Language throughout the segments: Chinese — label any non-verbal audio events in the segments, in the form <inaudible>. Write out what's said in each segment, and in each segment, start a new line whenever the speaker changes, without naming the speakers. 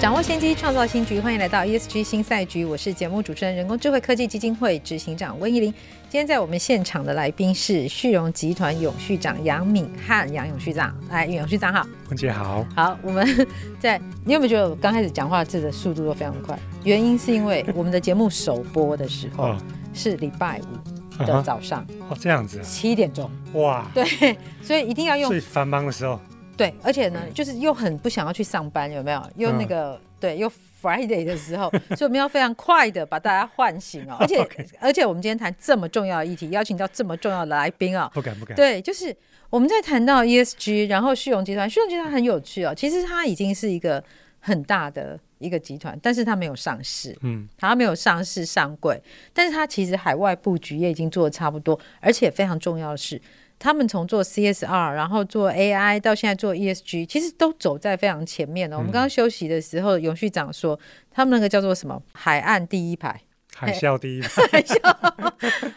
掌握先机，创造新局。欢迎来到 ESG 新赛局，我是节目主持人、人工智慧科技基金会执行长温怡玲。今天在我们现场的来宾是旭荣集团永续长杨敏汉，杨永续长，来，永续长好。
文姐好，
好，我们在你有没有觉得我刚开始讲话这个速度都非常快？原因是因为我们的节目首播的时候
哦，
是礼拜五
<laughs> 啊
的
哈
早上
哦这样子啊，
七点钟，
哇，
对，所以一定要用
最繁忙的时候，
对，而且呢，就是又很不想要去上班，有没有？又那
嗯
个、对，又 Friday 的时候，所以我们要非常快的把大家唤醒哦。而 <laughs> 且而且我们今天谈这么重要的议题，邀请到这么重要的来宾哦。
不敢不敢，
对，就是我们在谈到 ESG，然后旭荣集团，旭荣集团很有趣哦。其实它已经是一个很大的一个集团，但是它没有上市。
嗯，
它没有上市上柜，但是它其实海外布局也已经做的差不多，而且非常重要的是，他们从做 CSR，然后做 AI 到现在做 ESG，其实都走在非常前面哦
嗯
了、我们刚刚休息的时候，永续长说他们那个叫做什么海岸第一排， <laughs>
海啸第一排，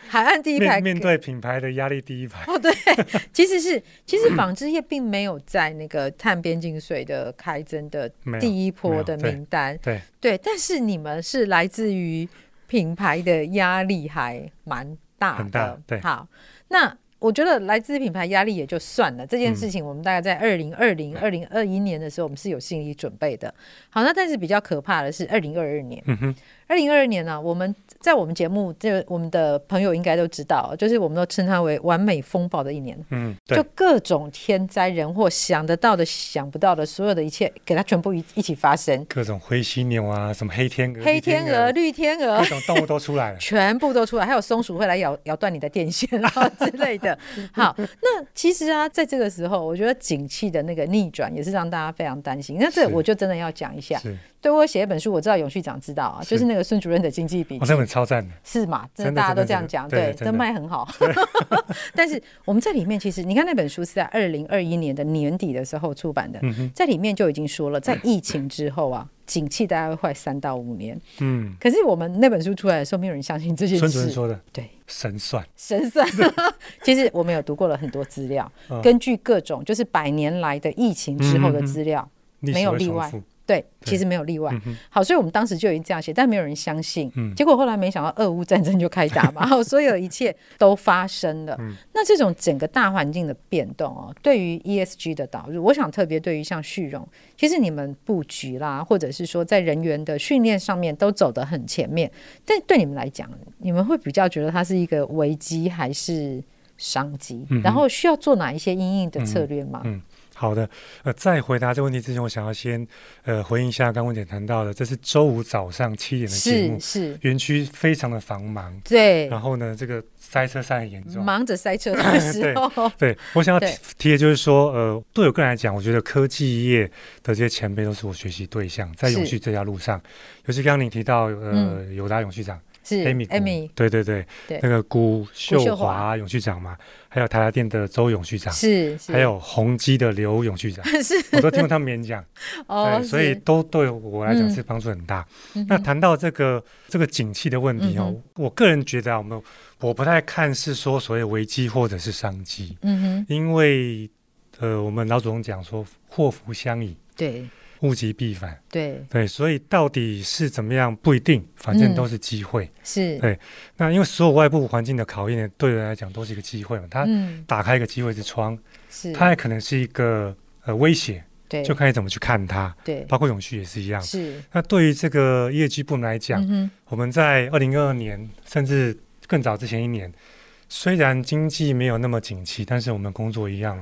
海岸哎 <laughs> 第一排
面面对品牌的压力第一排，
哦，对，其实是其实纺织业并没有在那个碳边境税的开征的
没有
第一
没
波
有
的
对
名单，
对
对，但是你们是来自于品牌的压力还蛮大的，
很大对
好，那我觉得来自品牌压力也就算了，这
嗯
件事情我们大概在二零二零、二零二一年的时候，我们是有心理准备的。好，那但是比较可怕的是二零二二年，
嗯哼，
二零二二年呢、我们在我们节目，这我们的朋友应该都知道，就是我们都称它为完美风暴的一年。
嗯，
就
对，
各种天灾人祸，想得到的、想不到的，所有的一切，给它全部一一起发生。
各种灰犀牛啊，什么黑天鹅、
黑
绿
天鹅、绿天鹅，
<laughs> 各，种动物都出来了
<laughs> 全部都出来，还有松鼠会来咬咬断你的电线啊之类
<laughs>
的。好，那其实啊，在这个时候，我觉得景气的那个逆转也是让大家非常担心。那这
是
我就真的要讲一下，
是，
对我写一本书，我知道永续长知道啊，就是
是
那个孙主任的经济笔
我
记
哦这本超赞的，
是嘛？真的
真的
大家
真
都
的
这样
真的
讲，
对
对，
真的
真卖很好。 <laughs> 但是我们在里面其实，你看那本书是在二零二一年的年底的时候出版的，
嗯哼，
在里面就已经说了，在疫情之后啊，景气大概会坏三到五年。
嗯，
可是我们那本书出来的时候，没有人相信这件
孙主任
事。
说的
对，
神算，
神算。 <laughs> 其实我们有读过了很多资料，
嗯
根据各种就是百年来的疫情之后的资料，
历史
没有
会
例
重
外
复
对，其实没有例外。好，所以我们当时就已经这样写，但没有人相信。
嗯
结果后来没想到俄乌战争就开打嘛，
<laughs>
然后所有一切都发生了。
嗯
那这种整个大环境的变动哦，对于 ESG 的导入，我想特别对于像旭荣，其实你们布局啦，或者是说在人员的训练上面都走得很前面，但对你们来讲，你们会比较觉得它是一个危机还是商机？然后需要做哪一些应应的策略吗？
嗯好的，呃，在回答这个问题之前，我想要先呃回应一下刚文姐谈到的，这是周五早上七点的节
是
目，啊
是，
园区非常的繁忙，
对，
然后呢，这个塞车塞很严重。
忙着塞车的时
对 <laughs>
候。
对，我想要
对
提提的就是说，呃，对我个人来讲，我觉得科技业的这些前辈都是我学习对象，在永
是嗯
续这条路上，尤其刚刚您提到，呃，友达永续长
<laughs> 是
Amy，古
Amy
对对对，
对
那个古
秀
秀
华
华永续长嘛，还有台达店的周永续长，
是，是，
还有宏基的刘永续长
<laughs> 是
我都听过他们演讲，
哦，
对，所以
<laughs> 是
都对我来
嗯
讲是帮助很大。
嗯
那
哼
谈到这个这个景气的问题哦，
嗯
我个人觉得啊，我们我不太看是说所谓危机或者是商机，
嗯哼，
因为呃，我们老祖宗讲说祸福相倚，
对
物极必反，
对
对，所以到底是怎么样不一定，反正
嗯
都是机会。
是，
对那因为所有外部环境的考验呢，对人来讲都是一个机会嘛，它
嗯
打开一个机会之窗，
是，
它也可能是一个呃威胁，
对
就看你怎么去看它，
对
包括永续也是一样。
是，
那对于这个业绩部门来讲，
嗯哼
我们在二零二二年，甚至更早之前一年，虽然经济没有那么景气，但是我们工作一样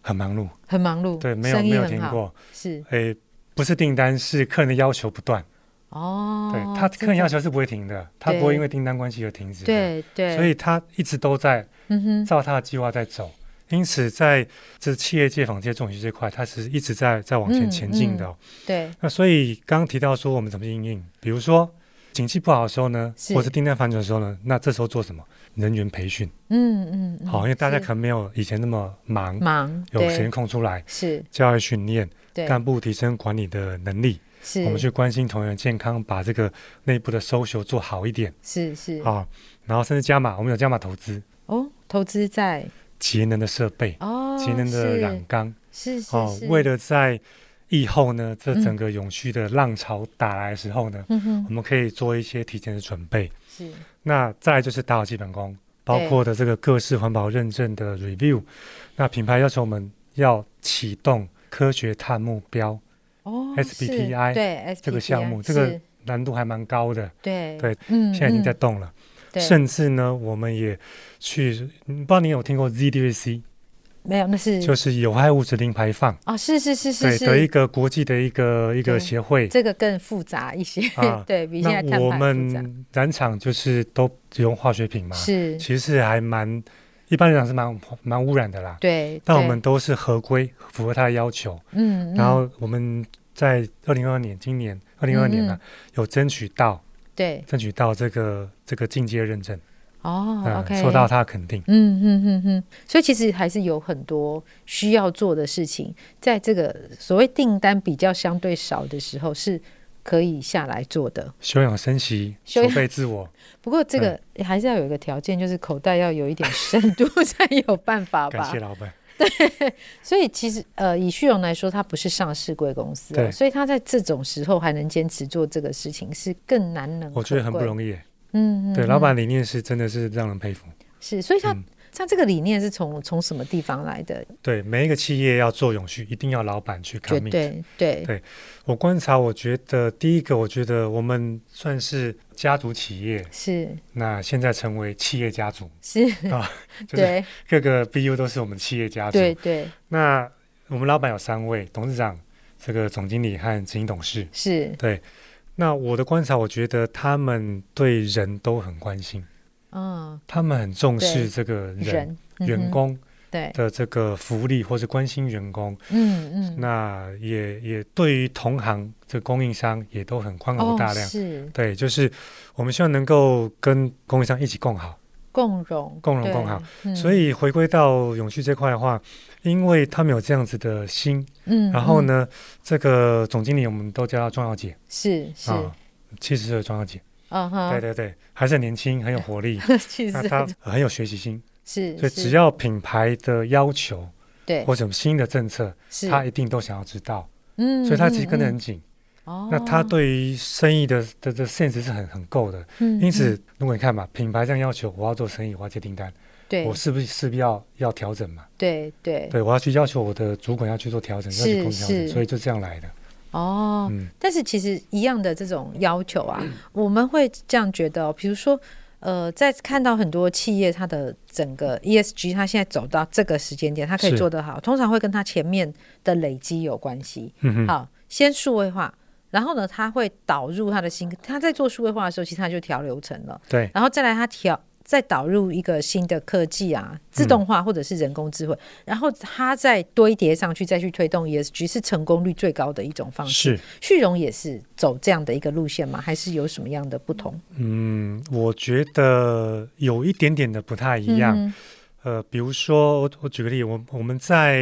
很忙碌。
很忙碌，
对，没有
生意
没有
很
听
好，
过，
是
诶，不是订单，是客人的要求不断。
哦，
对他客人
真的
要求是不会停的，他不
对
会因为订单关系而停止。，
对对，
所以他一直都在
嗯哼
照他的计划在走。因此，在这企业界、纺织界、重型这块，它是一直在在往前
嗯
前进的哦、
对，
那所以刚刚提到说我们怎么应应，比如说景气不好的时候呢，
是
或是订单反转的时候呢，那这时候做什么？人员培训，
嗯嗯嗯，
好，因为大家
是
可能没有以前那么忙，
忙，
有
对
时间空出来，
是，
教育训练，
对，
干部提升管理的能力，
是，
我们去关心同仁健康，把这个内部的 social 做好一点
是是，
啊，然后甚至加码，我们有加码投资
哦，投资在
节能的设备、
哦，
节能的染缸
是是
啊
是，是，
为了在疫后呢，这
嗯
整个永续的浪潮打来的时候呢，
嗯哼
我们可以做一些提前的准备。
是
那再来就是打好基本功，包括的这个各式环保认证的 review。那品牌要求我们要启动科学碳目标，
哦
SBTI
是对
这
SBTI
个项目这个
是
难度还蛮高的，
对
对，
嗯，
现在已经在
嗯
动了。
对
甚至呢，我们也去，嗯不知道你有听过 ZDC，
没有那是
就是有害物质零排放，
哦是是是嗯是
对的一
是，
个国际的一个一
对
个协会。
这个更复杂一些
啊，
对比现在
那
碳
我
排复杂
们染厂就是都只用化学品嘛，
是，
其实是还蛮，一般来讲是蛮蛮污染的啦。
对，
但我
对
们都是合规，符合它的要求。
嗯，
然
嗯
后我们在二零二二年，今年二零二二年呢、啊
嗯
有争取到
对
争取到这个这个进阶认证，
哦
嗯
，OK，
受到它的肯定。
嗯嗯嗯嗯，所以其实还是有很多需要做的事情，在这个所谓订单比较相对少的时候，是可以下来做的。
休养生息，
休
储
养
备自我，
不过这个还是要有一个条件，就是口袋要有一点深度 <laughs> 才有办法
感
吧
谢。老板。
所以其实呃，以旭荣来说，它不是上市贵公司、啊，
对
所以他在这种时候还能坚持做这个事情，是更难能
我觉得很不
易。
容易耶。
嗯，嗯
对，
嗯
老板理念是真的是让人佩服。
是，所以他、
嗯
他这个理念是从从什么地方来的？
对，每一个企业要做永续，一定要老板去
绝
commit。
对对
对我观察，我觉得第一个，我觉得我们算是家族企业，
是
那现在成为企业家族， <laughs>
是，
就是
对
各个 BU 都是我们企业家族。
对对
那我们老板有三位，董事长、这个总经理和执行董事。
是。
对，那我的观察，我觉得他们对人都很关心，
嗯，
他们很重
对
视这个人
人
员、
嗯
工
哼对，
的这个福利，或是关心员工。
嗯嗯，
那也也对于同行这供应商也都很宽
哦
宏大量。
是
对，就是我们希望能够跟供应商一起共好。
共荣
共荣
对
共好，
嗯
所以回归到永续这块的话，因为他们有这样子的心，
嗯，
然后
嗯
呢，这个总经理我们都叫她庄小姐
是是，
啊，七十岁的庄小姐，
嗯
对
哼，。
对对，还是很年轻，很有活力
<laughs> 其实
那她很有学习心，
是
所以
是
只要品牌的要求
对
或者新的政策，
是
她一定都想要知道，
嗯，
所以她其实
嗯
跟
嗯
得很紧。
哦，
那她对于生意的的的 sense 是很很够的。
嗯，
因
嗯
此，如果你看嘛，品牌这样要求，我要做生意，我要接订单，
对
我是不是势必要要调整嘛？
对对
对，我要去要求我的主管要去做调整，要去
是
控制调
是
整，所以就这样来的。
哦，
嗯
但是其实一样的这种要求啊，我们会这样觉得、哦，比如说。呃，在看到很多企业它的整个 ESG，它现在走到这个时间点，它可以
是
做得好，通常会跟它前面的累积有关系。
嗯哼。
好，先数位化，然后呢，他会导入他的新，他在做数位化的时候，其实他就调流程了，
对，
然后再来他调。再导入一个新的科技
嗯
啊，自动化或者是人工智慧，然后它再堆叠上去，再去推动 ESG 是成功率最高的一种方式。
是，
旭荣也是走这样的一个路线吗？还是有什么样的不同？
嗯，我觉得有一点点的不太一样。
嗯
呃，比如说，我我举个例，我我们在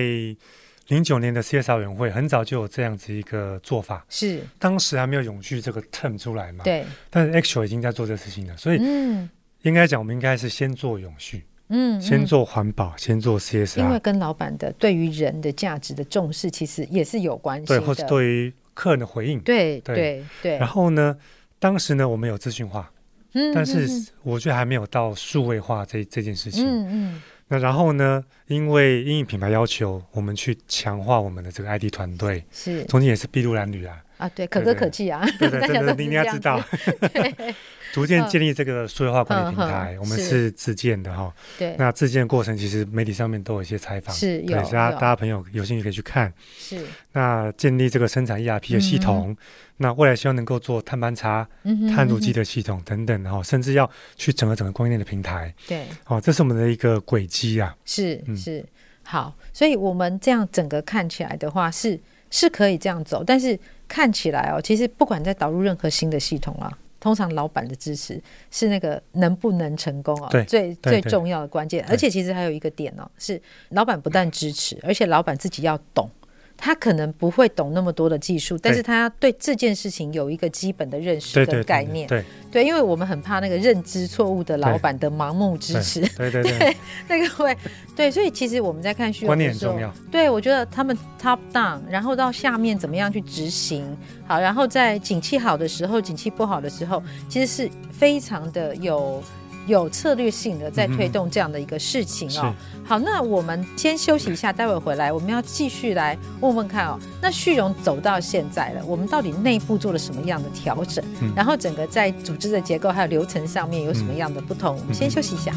零九年的 CSR 委员会很早就有这样子一个做法，
是
当时还没有永续这个 term 出来嘛，，
对，
但是 actual 已经在做这事情了，所以
嗯
应该讲，我们应该是先做永续，
嗯，
先
嗯
做环保，先做
因为
CSR，
跟老板的对于人的价值的重视，其实也是有关系
对，
的。
或是对于客人的回应。
对
对
对对
然后呢，当时呢，我们有资讯化，
嗯嗯
但
嗯
是我觉得还没有到数位化这这件事情。
嗯嗯，
那然后呢？因为因应品牌要求，我们去强化我们的这个 ID 团队，
是
中间也是筚路蓝缕
<laughs>
啊，
啊，对，可
对
歌
对
可泣啊，
对对
<laughs> 大家
对
都是
对，你应
这
该
样
知道
子，
逐渐建立这个数字化管理
嗯
平台
嗯，
我们
是
是自建的哈。
对，
那自建的过程其实媒体上面都有一些采访，
是
对，
有
大家
有
大家朋友有兴趣可以去看。
是，
那建立这个生产 ERP 的系统，那未来希望能够做碳盘查、
嗯哼
碳足迹
嗯哼
的系统等等哈，甚至要去整合整个供应链的平台。
对，
哦，这是我们的一个轨迹啊。
是
嗯
是。好，所以我们这样整个看起来的话是是可以这样走，但是看起来哦，其实不管在导入任何新的系统啊，通常老板的支持是那个能不能成功哦，
对
最
对
最
对
重要的关键。而且其实还有一个点哦，是老板不但支持，而且老板自己要懂。他可能不会懂那么多的技术，但是他要对这件事情有一个基本的认识
对对
跟
对
概念。
对
对，因为我们很怕那个认知错误的老板的盲目支持，
对对
<laughs>
对对，
那个会对，所以其实我们在看需要
观
的
念很
时候
重，要。
对我觉得他们 top down，然后到下面怎么样去执行好，然后在景气好的时候，景气不好的时候，其实是非常的有有策略性的
嗯
在推动这样的一个事情
是
哦。好，那我们先休息一下，待会回来我们要继续来问问看哦。那旭荣走到现在了，我们到底内部做了什么样的调整？
嗯
然后整个在组织的结构还有流程上面有什么样的不同？我们先休息一下。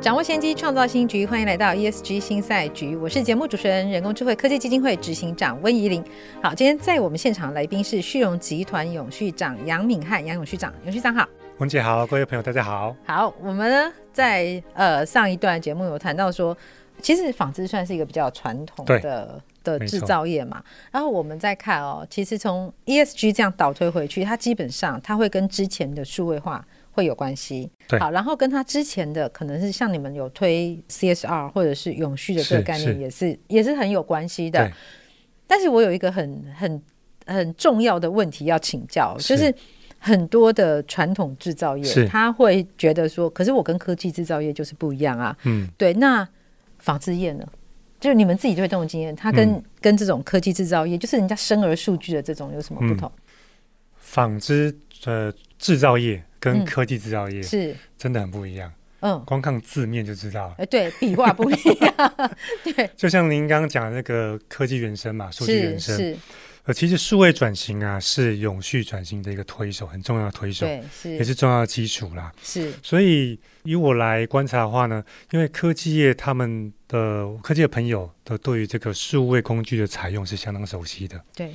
掌握先机，创造新局，欢迎来到 ESG 新赛局，我是节目主持人、人工智慧科技基金会执行长温怡玲。好，今天在我们现场来宾是旭荣集团永续长杨敏汉，杨永续长，永续长好。
文姐好，各位朋友大家好。
好，我们呢在呃上一段节目有谈到说，其实纺织算是一个比较传统
对
的的
没
制
错
造业嘛。然后我们再看哦，其实从 ESG 这样倒推回去，它基本上它会跟之前的数位化会有关系。
对
好，然后跟它之前的可能是像你们有推 CSR 或者是永续的这个
是
概念，
是
也是也是很有关系的
对。
但是我有一个很很很重要的问题要请教，
是
就是很多的传统制造业，
是
他会觉得说，可是我跟科技制造业就是不一样啊。
嗯，
对，那纺织业呢？就是你们自己推动的经验，它跟、
嗯
跟这种科技制造业，就是人家生而数据的这种有什么不同？
嗯纺织呃制造业
嗯
跟科技制造业
是，
真的很不一样，
嗯，
光看字面就知道了。
哎，对，笔画不一
<laughs>
样，对，
就像您刚刚讲的那个科技原生嘛，数据
是
原生，
是，
呃，其实数位转型啊是永续转型的一个推手，很重要的推手，
对，
也
是
是重要的基础啦。
是，
所以以我来观察的话呢，因为科技业他们的科技的朋友的对于这个数位工具的采用是相当熟悉的，
对，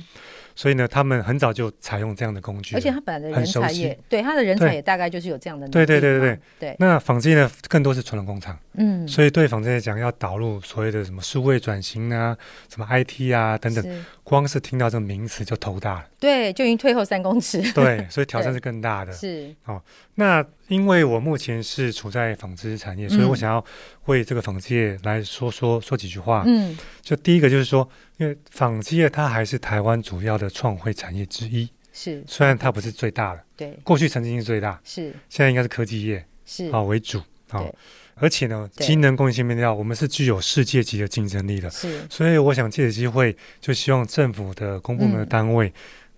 所以呢，他们很早就采用这样的工具了。
而且他本来的
很
人
熟
才
悉
也，对他的人才
对
也大概就是有这样的能力
对对对对
嘛对，
那纺织业呢，更多是传统工厂，
嗯，
所以对纺织业来讲，要导入所谓的什么数位转型啊、什么 IT 啊等等，
是
光是听到这个名词就
<laughs>
头大了。
对，就已经退后三公尺，
对，所以挑战是更大的。
是
那因为我目前是处在纺织产业，所以
嗯
我想要为这个纺织业来说说说几句话。
嗯，
就第一个就是说，因为纺织业它还是台湾主要的创汇产业之一，
是
虽然它不是最大的，
对，
过去曾经是最大，
是
现在应该是科技业
是
啊、为主啊、
嗯对
而且呢，
对
机能供应性面料，我们是具有世界级的竞争力的，
是，
所以我想借此机会，就希望政府的公部门的
嗯
单位。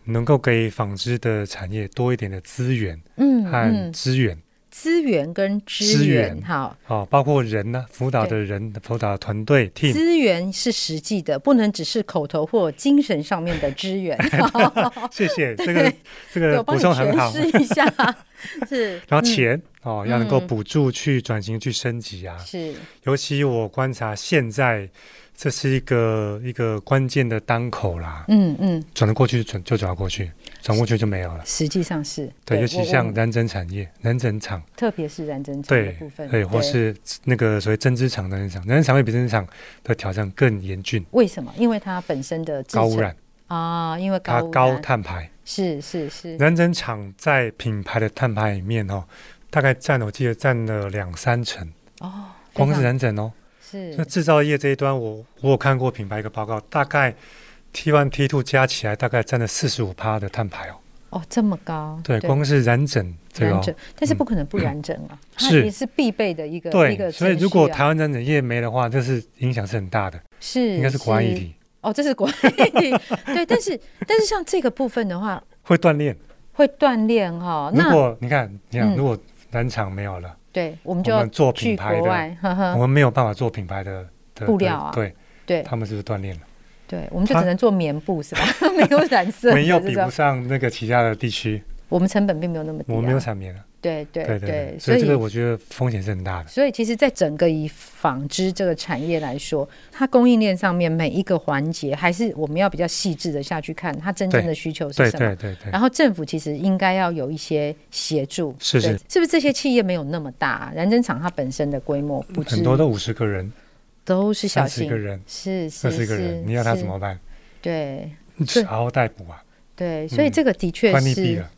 能够给纺织的产业多一点的资源
嗯
和
嗯，
资源，
资源跟资
资
源，
源
好，
啊、包括人呢、辅导的
对
人、辅导的团队 team，
资源是实际的，不能只是口头或精神上面的支
<laughs>
援。
谢谢这个
<laughs>
这
对，
个
我帮
补
你
充很
诠
好，
释一下，
<laughs>
是，
然后
嗯
钱、哦，要能够
嗯
补助去转型、去升级啊。
是
尤其我观察现在，这是一个一个关键的当口啦，
嗯嗯，
转得过去就转就转得过去，转过去就没有了。
实际上是
对，尤
我
其
我
像染整产业、染整厂，
特别是染针厂的
对
部分，
对，或是那个所谓针织厂、染整厂，染整厂会比针织厂的挑战更严峻，
为什么？因为它本身的制
高污
成
染，
啊，因为
它
高污
高
染
碳排。
是是是，
染整厂在品牌的碳排里面哦，大概占我记得占了两三成，
哦，非
光是
常
染整哦。那
是
制造业这一端我，我有看过品牌一个报告，大概 T one T two 加起来大概占了四十五趴的碳排哦。
哦这么高，
对，光是染整这个、
染
哦嗯
整，，但是不可能不染整啊，它
是
也是必备的一个一
对，
个程序啊。
所以如果台湾染整业没的话，这是影响是很大的，
是
应该是国安议题，
哦，这是国安议题，对，但是但是像这个部分的话，
会断裂。
会锻炼哈，
如
哦那
果你看，你看，
嗯
如果染厂没有了，
对我们就
我
要
们做
去
品牌
国
的，
外，呵 <laughs> 呵，
我们没有办法做品牌的
嗯
的
布料啊
对，
对
他们是不是断裂了？
对，我们就
它
只能做棉布是吧？ <laughs> 没有染色的
没有
这
比
种
不上那个其他的地区，
我们成本并没有那么低啊，
我们没有产棉了。
对对
对
对，
所
所
以这个
以
我觉得风险是很大的。
所以其实，在整个以纺织这个产业来说，它供应链上面每一个环节，还是我们要比较细致的下去看它真正的需求是
对
什么
对。对对
然后政府其实应该要有一些协助，
是是
对，是不是这些企业没有那么大、啊？染针厂它本身的规模不
很
止，
多都五十个人、
都是小
三十
型
个，人、
是是
四十个
是
人，你要他
是
怎么办？
对
只嗷待哺啊，
对，所以
嗯
这个的确
关利弊
是、
了。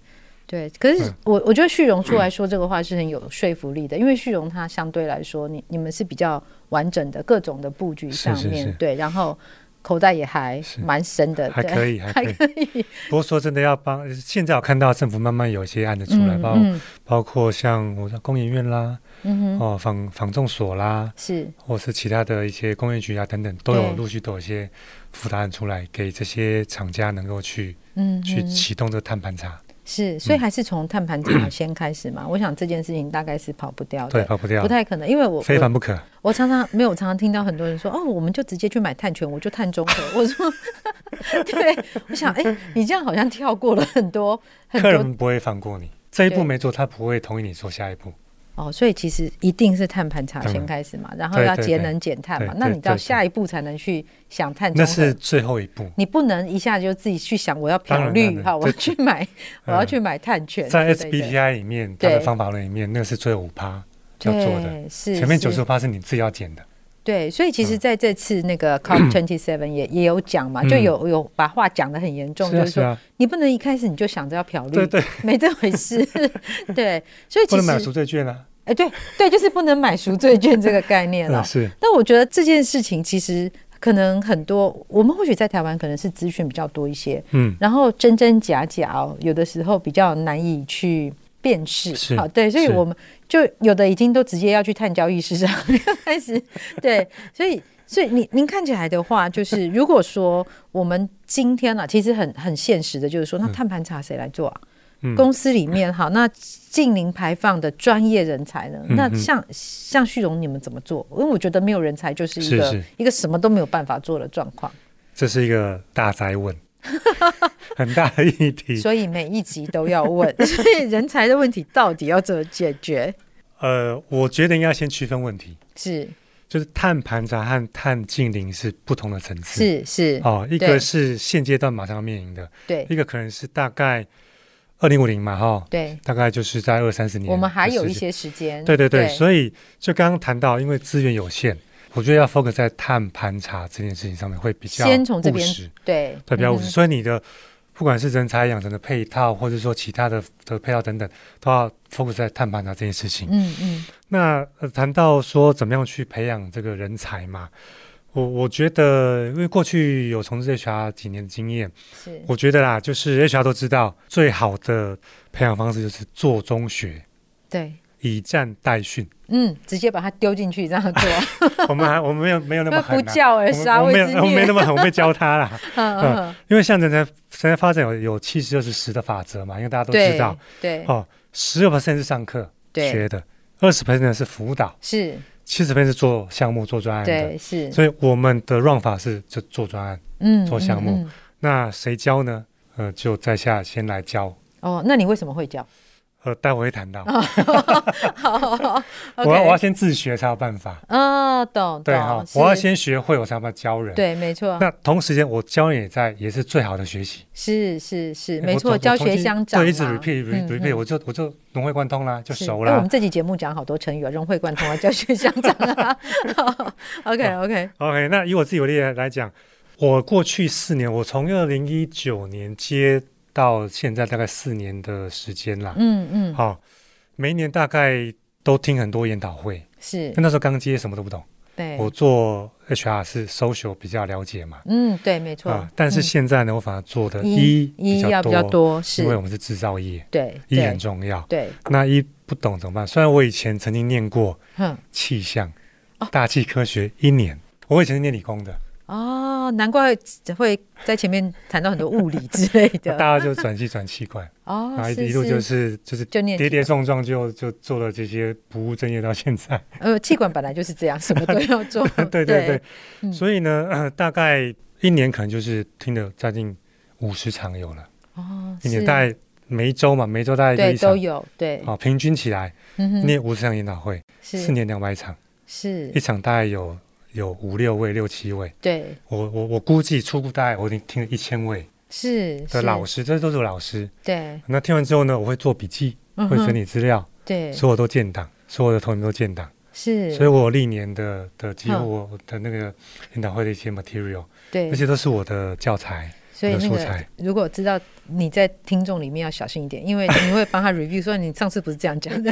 对，可是
嗯
我我觉得旭荣出来说这个话是很有说服力的，因为旭荣它相对来说，你你们是比较完整的各种的布局上面，
是是是
对，然后口袋也还
是
蛮深的，
还
对 <laughs>
可以，还可
还
以。
可以，
不过说真的，要帮现在我看到政府慢慢有一些案子出来，
嗯
包
嗯
包括像我的工研院啦，
嗯哼，
哦，防防重所啦，
是
或是其他的一些工业局啊等等，都
对
有陆续都有一些辅导案出来，给这些厂家能够去
嗯
去
哼
启动这个碳盘查，
是，
嗯
所以还是从碳盘查先开始嘛。我想这件事情大概是跑不掉
对，
的。
跑不掉
不，太可能，因为我
非
我
凡不可。
我常常没有，我常常听到很多人说，哦，我们就直接去买碳权，我就碳中和。我 <laughs> 说，对，我想，哎、你这样好像跳过了很多很
客
多
人不会放过你，这一步
对
没做，他不会同意你做下一步。
哦，所以其实一定是碳盘查
当
先
然
开始嘛，然后
对
要
对
节
对
能减碳嘛，
对
那
对
你到
对对
下一步才能去想碳中
那是
和。
最后一步，
你不能一下就自己去想我要
当
漂
然当
绿
然
哈，我要
对
去买，
<laughs>
我要
嗯
去买碳权之类
在
的。
SBTI 里面，它的
对
方法论里面，那是最后五趴要做的，
对是
前面九
是
十嗯趴是你自己要减的。
对，所以其实在这次那
<clears throat>
个 COP twenty seven 也也有讲嘛，就
嗯
有有把话讲得很严重，
是
就
啊
是
是
说
啊，
你不能一开始你就想着要漂绿，
对对，
<laughs> 没这回事。 <laughs> 对，所以
不
其
能买赎
实
罪券啊。
哎，对对，就是不能买 <laughs> 赎罪券这个概念了
嗯，。是
但我觉得这件事情其实可能很多，我们或许在台湾可能是资讯比较多一些，
嗯，
然后真真假假哦，有的时候比较难以去辨识。
是
好，对，所以
是
我们就有的已经都直接要去碳交易市场 <laughs> 开始，对，所以。所以您您看起来的话，就是如果说我们今天啊，其实很很现实的，就是说，那碳盘查谁来做啊？
嗯
公司里面好，那近零排放的专业人才呢？
嗯
那
嗯
像像旭荣，你们怎么做？因为我觉得没有人才就是一
是
个
是
一个什么都没有办法做的状况，
这是一个大
<laughs>
灾问，很大的议题。
所以每一集都要问， <laughs> 所以人才的问题到底要怎么解决？
呃，我觉得应该先区分问题，
是
就是碳盘查和碳净零是不同的层次。
是是，
哦，一
对
个是现阶段马上要面临的，
对
一个可能是大概二零五零嘛，哈，
对，
大概就是在二三十年。
我们还有一，些时间，
对对对，
对
所以就刚刚谈到，因为资源有限，我觉得要 focus 在碳盘查这件事情上面会比较
先从这
务
边
实
对
对，比较务
嗯
实。
哼
所以你的不管是人才养成的配套，或者说其他的的配套等等，都要 focus 在碳盘查这件事情。
嗯嗯
那、呃、谈到说怎么样去培养这个人才嘛，我我觉得，因为过去有从事 HR 几年的经验，
是
我觉得啦，就是 HR 都知道，最好的培养方式就是做中学，
对。
以战代训。
嗯，直接把它丢进去让它做，
我们还我们没有没 <laughs> 有
<laughs>
那么
那
狠、
不
啊，
教而杀
我
谓
们我
之
们没有我们没
虐
那。么狠，我们会教他啦。
<laughs> 嗯嗯嗯
因为像人才人才发展有有七十二十十的法则嘛，因为大家都知
对
道，
对
哦，十个 percent 是上课
对
学的，二十 percent 是辅导，
是，
七十 percent 是做项目做专案的。
对是，
所以我们的 run 法是就做专案，
嗯
做项目
嗯嗯
那谁教呢？呃，就在下先来教，
哦，那你为什么会教？ <laughs>
呃，待会会谈到。
好好好
我要我要
哦 OK
先自学才有办法，
啊，懂
对
懂
哈，
是
我要先学会我才有办法教人。，
对，没错，
那同时间我教人也在也是最好的学习，
是是是，
哎我
没
我
错，
我
教
重
学
新
相长嘛，
对，一直 repeat
嗯
repeat repeat，、我就我就融会贯通啦，就是熟
哎我
啦
们。这期节目讲好多成语啊，融会贯通啊，教学相长
<laughs>
啊。OK OK，
OK，那以我自己为例来来讲，我过去四年，我从二零一九年接到现在大概四年的时间啦，
嗯嗯，
好、每一年大概都听很多研讨会，
是
因为，那时候刚接什么都不懂，
对，
我做 HR 是 social 比较了解嘛，
嗯对，没错
啊。，但是
嗯
现在呢，我反而做的
一一
一
要比较，多，是
因为，我们是制造业，
对
一很
对
重要。
对，
那一不懂怎么办？虽然我以前曾经念过
哼，
气象、大气科学一年，我以前是念理工的，
哦，难怪会在前面谈到很多物理之类
那
的，
<laughs> 大家就转系转气管，
<laughs> 哦
然后，
是
一一路就是就是
就念
跌跌撞撞就就做了这些不务正业到现在。。
呃，气管本来就是这样，什么都要做
<laughs> 对对对，
哦嗯
所以呢、呃大概一年可能就是听了将近五十场有了，
哦，
一年
是
大概每一周嘛，每一周大概就
对，
一
都
场，
有，对，
啊，平均起来，
嗯
一
哼，
年五十场研讨会，四
是
年两百场，一
是，
场大概有有五六位、六七位，
对，
我我我估计初步大概我已经听了一千位
是
的
是
老师，这都是老师。
对，
那听完之后呢，我会做笔记，
嗯
会整
哼，
理资料，
对，
所有都建档，所有的投影都建档，
是，
所以我有历年的的几乎
嗯
我我的那个研讨会的一些 material，
对
那，些都是我的教材。
所以
的
那
素
个
材
如果知道你在听众里面要小心一点，因为你会帮他 review 说你上次不是这样讲的。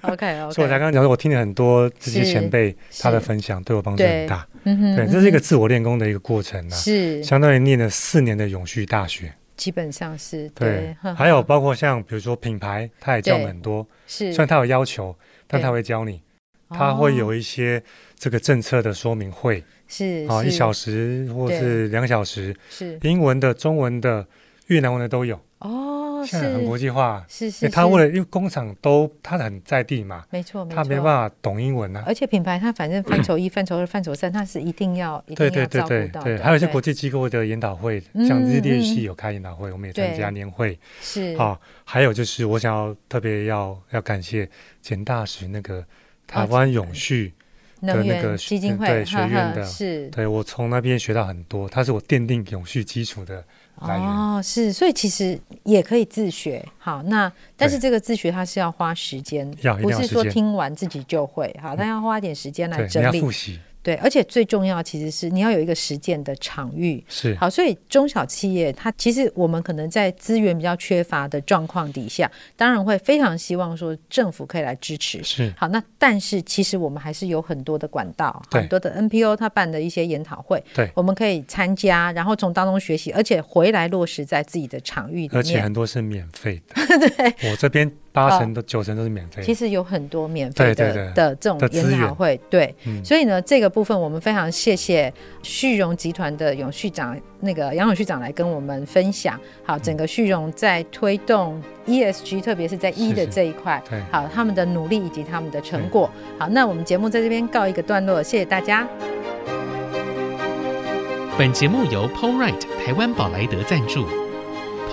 OK
<laughs> 所以我才
OK，
刚刚讲说，我听了很多这些
是
前辈他的
是
分享，对我帮助很大。
嗯哼
对，这是一个自我练功的一个过程啊，
是
相当于念了四年的永续大学。
基本上是
对
对，呵， <laughs> 呵
还有包括像比如说品牌，他也教我们
对
很多，
是
虽然他有要求，但
对
他会教你，他会有
哦
一些这个政策的说明会
是
啊，一小
时
时或
对
是两小时，
是
英文的、中文的、越南文的都有，
哦
现在很国
是
际化。
是
因
是
为他为
了
了因为工厂都他很在地嘛，
没错没
他
错，
没办法懂英文啊。
而且品牌它反正范畴一、范 <clears throat> 畴二、范畴三，它是一定要一定
对
要
对对
照顾
对
到
对，
的。
还有一些国际机构的研讨会，
嗯
像日
嗯
立
嗯
系有开研讨会，我们也参
对
加年会
是
啊。还有就是，我想要特别要要感谢简大使那个台
啊
湾永续，
能
那个
源基金
学
会
对学
呵
院
呵
的
是
对我从那边学到很多，它是我奠定永续基础的来源。
哦，是，所以其实也可以自学。好，那但是
对
这个自学它是要花时间
要，一
不
定要
是
时
说
间嗯
听完自己就会。好，但要花点时间来
对，你
整
要
理
复。习
对，而且最重要其实是你要有一个实践的场域。
是
好，所以中小企业它其实我们可能在资源比较缺乏的状况底下，当然会非常希望说政府可以来支持。
是
好，那但是其实我们还是有很多的管道，
对
很多的 NPO 他办的一些研讨会，
对
我们可以参加，然后从当中学习，而且回来落实在自己的场域
而
里
且
面。
很多是免费
<laughs>
的。对，我这边八成到九成都是免费
其
的。
实有很多免费的
哎对对对
的这种
的资
研讨
源
会，对，
嗯
所以呢，这个部分我们非常谢谢旭荣集团的永续长那个杨永旭长来跟我们分享，
嗯
好，整个旭荣在推动 ESG，特别是在 E
是
的
是
这一块，
对嗯
好，他们的努力以及他们的成果，好，那我们节目在这边告一个段落，谢谢大家。
本节目由 Polright 台湾宝莱德赞助。